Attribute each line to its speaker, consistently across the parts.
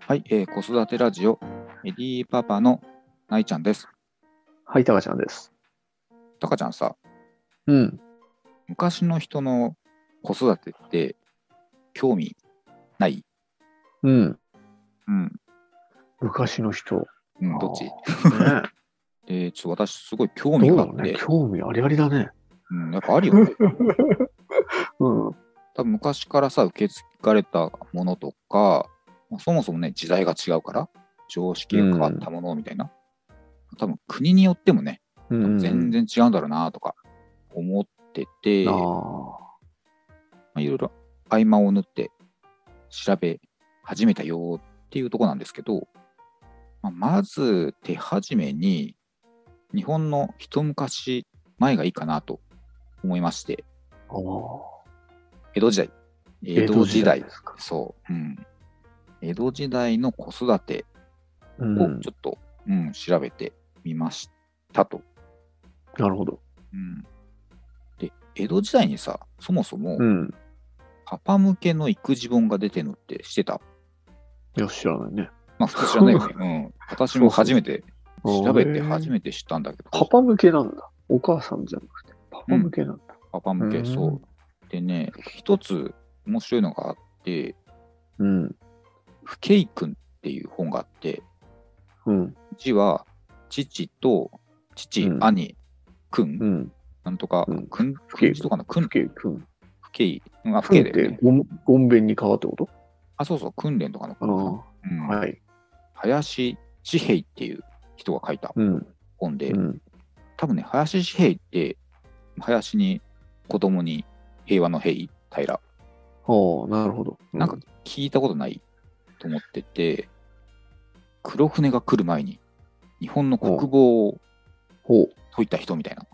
Speaker 1: はい、えー子育てラジオ、エディパパのないちゃんです。
Speaker 2: はい、たかちゃんです。
Speaker 1: たかちゃんさ、
Speaker 2: うん。
Speaker 1: 昔の人の子育てって興味ない
Speaker 2: うん。
Speaker 1: うん、
Speaker 2: 昔の人。ね、
Speaker 1: うん、どっち
Speaker 2: ね
Speaker 1: えー、ちょっと私すごい興味
Speaker 2: どう
Speaker 1: があ
Speaker 2: だろ
Speaker 1: っ
Speaker 2: う
Speaker 1: て、
Speaker 2: ね。興味ありありだね。
Speaker 1: うん、やっ ぱあるよね。
Speaker 2: うん。うん
Speaker 1: 多分昔からさ、受け継がれたものとか、まあそもそもね、時代が違うから、常識が変わったものみたいな。多分国によってもね、
Speaker 2: うん。
Speaker 1: 全然違うんだろうなとか思ってて、
Speaker 2: あ
Speaker 1: まあいろいろ合間を縫って調べ始めたよっていうとこなんですけど、まあまず手始めに日本の一昔前がいいかなと思いまして、
Speaker 2: ーあー。
Speaker 1: 江戸時代。江戸時代。
Speaker 2: ですか。
Speaker 1: そう、うん。江戸時代の子育て
Speaker 2: う
Speaker 1: を
Speaker 2: ん
Speaker 1: ち。ょっと、うん調べてみましたと、
Speaker 2: なるほど。
Speaker 1: うんで、江戸時代にさ、そもそも
Speaker 2: うん。
Speaker 1: パパ向けの育児本が出てるのってしてた
Speaker 2: いや、知らないね。
Speaker 1: まあ普通知らないよね。うん、私も初めて、調べて初
Speaker 2: て。
Speaker 1: めて知ったんだけど、
Speaker 2: パパ向けなんだ。お母さんじゃなくて、パパ向けなんだ。
Speaker 1: パパ向
Speaker 2: う
Speaker 1: け、
Speaker 2: ん
Speaker 1: そう。でね、一つ面白いのがあって、
Speaker 2: うん。
Speaker 1: 不景君っていう本があって、
Speaker 2: うん。
Speaker 1: 字は父と父、
Speaker 2: うん
Speaker 1: 兄、君、
Speaker 2: うん。
Speaker 1: なんとか、
Speaker 2: うん
Speaker 1: 君、
Speaker 2: 不
Speaker 1: 君
Speaker 2: 景
Speaker 1: 字とかの君
Speaker 2: ふ、けくん。
Speaker 1: 不景、うんあ、不
Speaker 2: ふけ
Speaker 1: 景
Speaker 2: っ
Speaker 1: だよ
Speaker 2: て
Speaker 1: ね。
Speaker 2: ごん、ごんべんに川ってこと
Speaker 1: あ、そうそう、訓練とかの
Speaker 2: あ
Speaker 1: 君かなうん
Speaker 2: あー。はい。
Speaker 1: 林志平っていう人が書いた
Speaker 2: うん。
Speaker 1: 本で、
Speaker 2: うん。
Speaker 1: 多分ね、林志平って、林に子供に平和の平、平、
Speaker 2: ああ、なるほど。う
Speaker 1: なんか、聞いたことないと思ってて、黒船が来る前に日本の国防を
Speaker 2: ほう。
Speaker 1: 解いた人みたいな。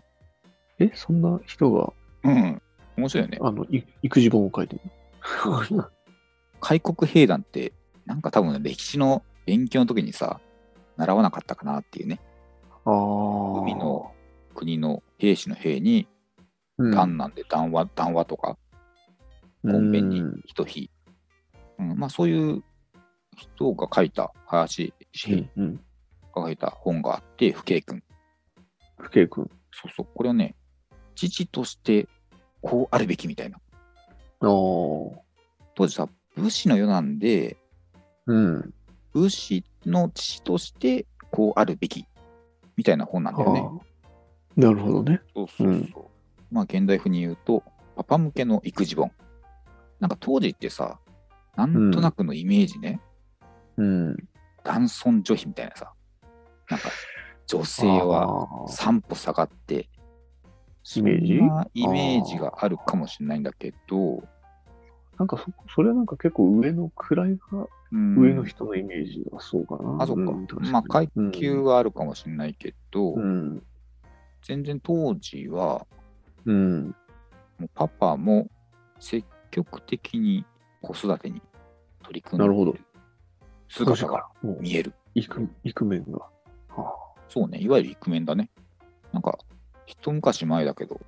Speaker 2: え、そんな人が、
Speaker 1: うん、面白いよね。
Speaker 2: あの、い育児本を書いて るの
Speaker 1: 開国兵団って、なんか多分ね歴史の勉強の時にさ、習わなかったかなっていうね、
Speaker 2: ああ。
Speaker 1: 海の国の兵士の兵に、
Speaker 2: うん、
Speaker 1: 団なんで談話、談話とか、コンペに
Speaker 2: うん
Speaker 1: 人非、うんまあそういう人が書いた、林氏
Speaker 2: う
Speaker 1: 兵
Speaker 2: んうん。
Speaker 1: が書いた本があって、不景君。
Speaker 2: ふけいくん。
Speaker 1: そうそう、これをね、父としてこうあるべきみたいな。
Speaker 2: ああ。
Speaker 1: 当時さ、武士の世なんで、
Speaker 2: うん。
Speaker 1: 武士の父としてこうあるべきみたいな本なんだよね。
Speaker 2: あーなるほどね。
Speaker 1: そうそうそう。
Speaker 2: うん
Speaker 1: まあ、現代風に言うと、パパ向けの育児本。なんか当時ってさ、なんとなくのイメージね、
Speaker 2: うん。
Speaker 1: 男尊女卑みたいなさ、なんか女性は
Speaker 2: あー
Speaker 1: 3歩下がって、
Speaker 2: イメージ
Speaker 1: そんなイメージがあるかもしれないんだけど、
Speaker 2: なんかそ、それはなんか結構上の位が、
Speaker 1: うん
Speaker 2: 上の人のイメージはそうかな。
Speaker 1: あ、そっ
Speaker 2: うん
Speaker 1: か。まあ、階級。はあるかもしれないけど、
Speaker 2: 確かにうん。
Speaker 1: 全然当時は、
Speaker 2: うん。
Speaker 1: もうパパも積極的に子育てに取り組ん
Speaker 2: なるほ
Speaker 1: でい
Speaker 2: ど
Speaker 1: る姿が
Speaker 2: ら。もう、
Speaker 1: 見える。
Speaker 2: イクイクメンが。
Speaker 1: そうね、いわゆるイクメンだね。なんか、一昔前だけど、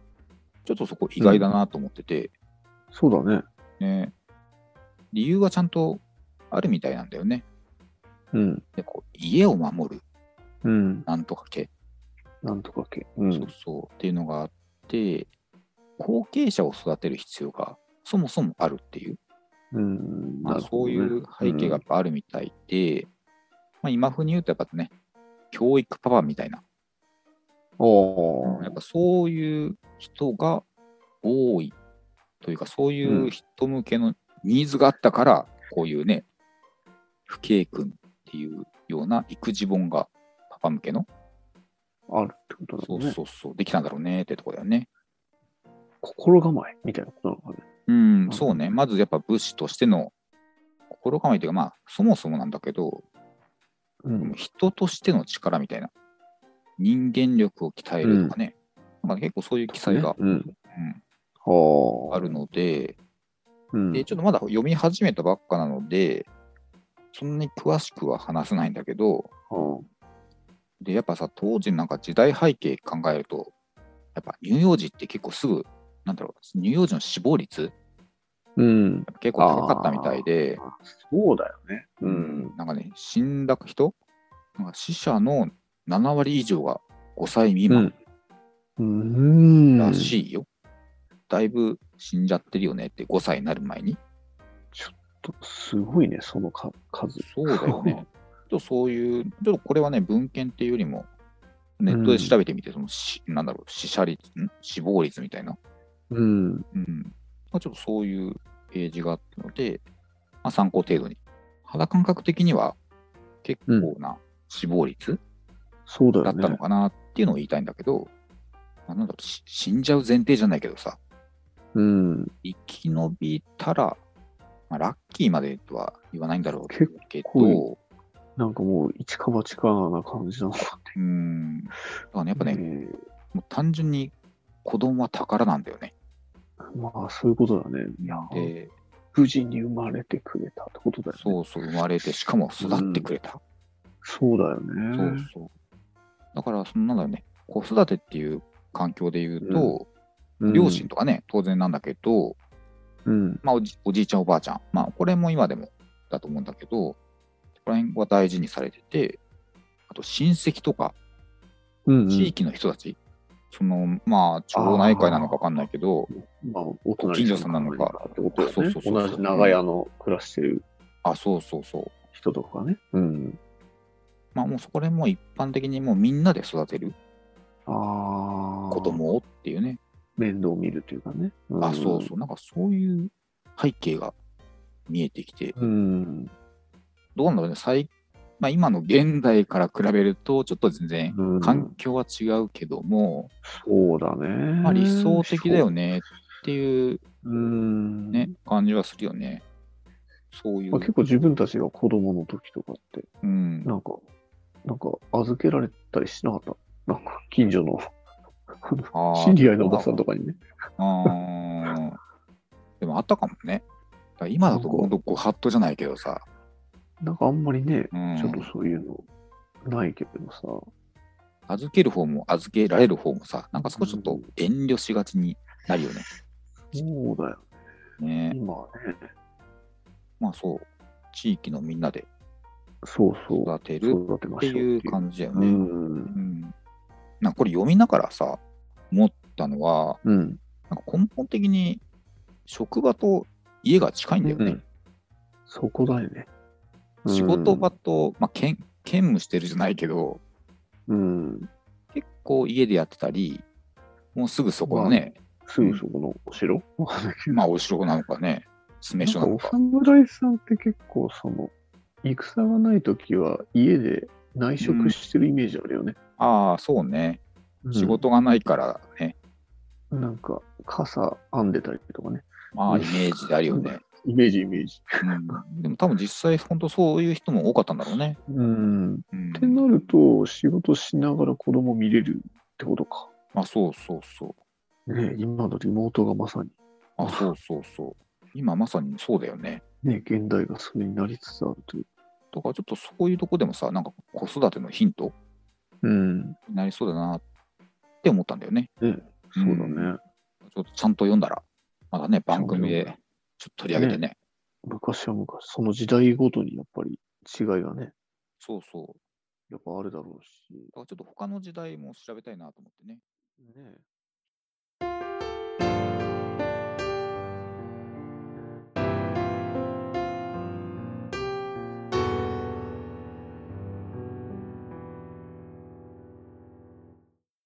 Speaker 1: ちょっとそこ意外だなと思ってて、
Speaker 2: そうだね。
Speaker 1: ね、理由はちゃんとあるみたいなんだよね。
Speaker 2: うん。
Speaker 1: でこう家を守る
Speaker 2: うん。
Speaker 1: なんとか系、
Speaker 2: なんとか系。うん。
Speaker 1: そうそうっていうのがあって、後継者を育てる必要がそもそもあるっていう。
Speaker 2: うん
Speaker 1: まあ、そういう背景がやっ。ぱあるみたいで、まあ、今風に言うとやっぱね教育パパみたいな、
Speaker 2: おお
Speaker 1: やっぱそういう人が多いというかそういう人向けのニーズがあったから、こういうね不景君っていうような育児本がパパ向けの、
Speaker 2: あるってことだ
Speaker 1: そ
Speaker 2: もん
Speaker 1: う
Speaker 2: ね。
Speaker 1: そうそうできたんだろうねってとこだよね。
Speaker 2: 心構えみたいなことなのかね。
Speaker 1: うん
Speaker 2: う、ん
Speaker 1: そうね。まずやっぱ武士としての心構えというか、まあ、そもそもなんだけど、
Speaker 2: うん。
Speaker 1: 人としての力みたいな、人間力を鍛えるとかね、なんか結構そういう記載が、
Speaker 2: うん。
Speaker 1: うん
Speaker 2: はあ。
Speaker 1: ある。ので、
Speaker 2: うん。
Speaker 1: で、ちょっとまだ読み始めたばっかなので、そんなに詳しくは話せないんだけど、
Speaker 2: は
Speaker 1: で、やっぱさ、当時のなんか時代背景考えると、やっぱ乳幼児って結構すぐ、なんだろう、乳幼児の死亡率、
Speaker 2: うん。
Speaker 1: 結構高かったみたいで、
Speaker 2: あそうだよね。うん。
Speaker 1: なんかね、死んだ人、なんか死者の7割以上が5歳未満
Speaker 2: うん。
Speaker 1: らしいよ。だいぶ死んじゃってるよねって、5歳になる前に。
Speaker 2: すごいね、そのか数。
Speaker 1: そうだよね。 ちょっとそういう、ちょっとこれはね、文献っていうよりも、ネットで調べてみて、その死、なんだろう、死者率、ん死亡率みたいな、
Speaker 2: うん。
Speaker 1: うん、まあちょっとそういうページがあったので、まあ、参考程度に。肌感覚的には結構な死亡率
Speaker 2: そうだ
Speaker 1: だ
Speaker 2: よ
Speaker 1: った
Speaker 2: ね
Speaker 1: の。かなっていうのを言いたいんだけど、まあなんだろう、し死んじゃう前提じゃないけどさ、
Speaker 2: うん。
Speaker 1: 生き延びたら、まあ、ラッキーまでとは言わないんだろう
Speaker 2: 結
Speaker 1: け
Speaker 2: 構いい
Speaker 1: ど、
Speaker 2: なんかもう、一か八かな感じなの。
Speaker 1: うん、だからね、やっぱね、
Speaker 2: ね。
Speaker 1: もう単純に子供は宝なんだよね。
Speaker 2: まあ、そういうことだね。いや、
Speaker 1: で、
Speaker 2: 無事に生まれてくれたってことだよね。
Speaker 1: そうそう、生まれて、しかも育ってくれた。
Speaker 2: そうだよね。
Speaker 1: そうそう。だから、そのなんだろうね、子育てっていう環境で言うと、
Speaker 2: うん
Speaker 1: 両親とかね、当然なんだけど、
Speaker 2: うん。
Speaker 1: まあおじ、おじいちゃん、おばあちゃん、まあ、これも今でもだと思うんだけど、そこら辺は大事にされてて、あと親戚とか、
Speaker 2: うん。
Speaker 1: 地域の人たち、その、まあ、町内会なのか分かんないけど、
Speaker 2: まあ、お隣
Speaker 1: 近所さんなのか
Speaker 2: ってことだよね
Speaker 1: そうそうそうそう
Speaker 2: 同じ長屋の暮らしてる
Speaker 1: あ、そうそうそう。
Speaker 2: 人とかね。うん。
Speaker 1: まあ、もうそこら辺も一般的にもうみんなで育てる
Speaker 2: ああ。
Speaker 1: 子。供をっていうね、
Speaker 2: 面倒見るというかね。ん
Speaker 1: あ、そうそう、なんかそういう背景が見えてきて、
Speaker 2: うん。
Speaker 1: どうなんだろうね、最まあ、今の現代から比べると、ちょっと全然
Speaker 2: うん。
Speaker 1: 環境は違うけども、
Speaker 2: そうだね。
Speaker 1: まあ、理想的だよねっていう、
Speaker 2: そう。うん。
Speaker 1: ね感じはするよね。そうい
Speaker 2: ま
Speaker 1: う
Speaker 2: あ、、結構自分たちが子供の時とかって、
Speaker 1: うん、
Speaker 2: なんか、なんか預けられたりしなかった。なんか、近所の、
Speaker 1: あー
Speaker 2: 知り合いのおばさんとかにね。
Speaker 1: あーでもあったかもね。だから今だと本当ご法度じゃないけどさ、
Speaker 2: なんかあんまりね、
Speaker 1: うん
Speaker 2: ちょっとそういうの、ないけどさ。
Speaker 1: 預ける方も預けられる方もさ、なんかそこちょっと遠慮しがちになるよね。
Speaker 2: そうだよ。
Speaker 1: ね
Speaker 2: 今はね。
Speaker 1: まあそう、地域のみんなで
Speaker 2: そうそう。
Speaker 1: 育てる
Speaker 2: 育てま
Speaker 1: って
Speaker 2: しょ
Speaker 1: いうう感じだよ
Speaker 2: う
Speaker 1: ね。うん
Speaker 2: ん。
Speaker 1: なんかこれ読みながらさ、思ったのは、
Speaker 2: うん。
Speaker 1: なんか根本的に職場と家が近いんだよね。
Speaker 2: うんそこだよね。うん
Speaker 1: 仕事場と、まあ、兼兼務してるじゃないけど、
Speaker 2: うん。
Speaker 1: 結構家でやってたり、もうすぐそこのね、
Speaker 2: すぐそこのお城わかんないけど
Speaker 1: まあ、お城なのかね、詰め所
Speaker 2: な
Speaker 1: なんの
Speaker 2: か
Speaker 1: か
Speaker 2: お。侍さんって結構その、戦がないときは家で内職してるイメージあるよね。
Speaker 1: ああ、そうね。
Speaker 2: うん
Speaker 1: 仕事がないからね、
Speaker 2: なんか傘編んでたりとかね。
Speaker 1: まあ、イメージであ るよね。
Speaker 2: イメージイメージ。
Speaker 1: うんでも多分実際、本当そういう人も多かったんだろうね。
Speaker 2: うん。
Speaker 1: うん
Speaker 2: ってなると、仕事しながら子供見れるってことか。
Speaker 1: あ、そうそうそう。
Speaker 2: ね今のリモートがまさに、
Speaker 1: あ、そうそうそう。今まさにそうだよね。
Speaker 2: ね現代がそれになりつつあるという。
Speaker 1: とか、ちょっとそういうとこでもさ、なんか子育てのヒント
Speaker 2: うん。
Speaker 1: になりそうだなって思ったんだよね。
Speaker 2: ねそうだね。
Speaker 1: ちょっとちゃんと読んだら、まだね、番組でちょっと取り上げてね。
Speaker 2: 昔は昔、その時代ごとにやっぱり違いがね、
Speaker 1: そうそう。
Speaker 2: やっぱあるだろうし
Speaker 1: だ。からちょっと他の時代も調べたいなと思ってね。
Speaker 2: ね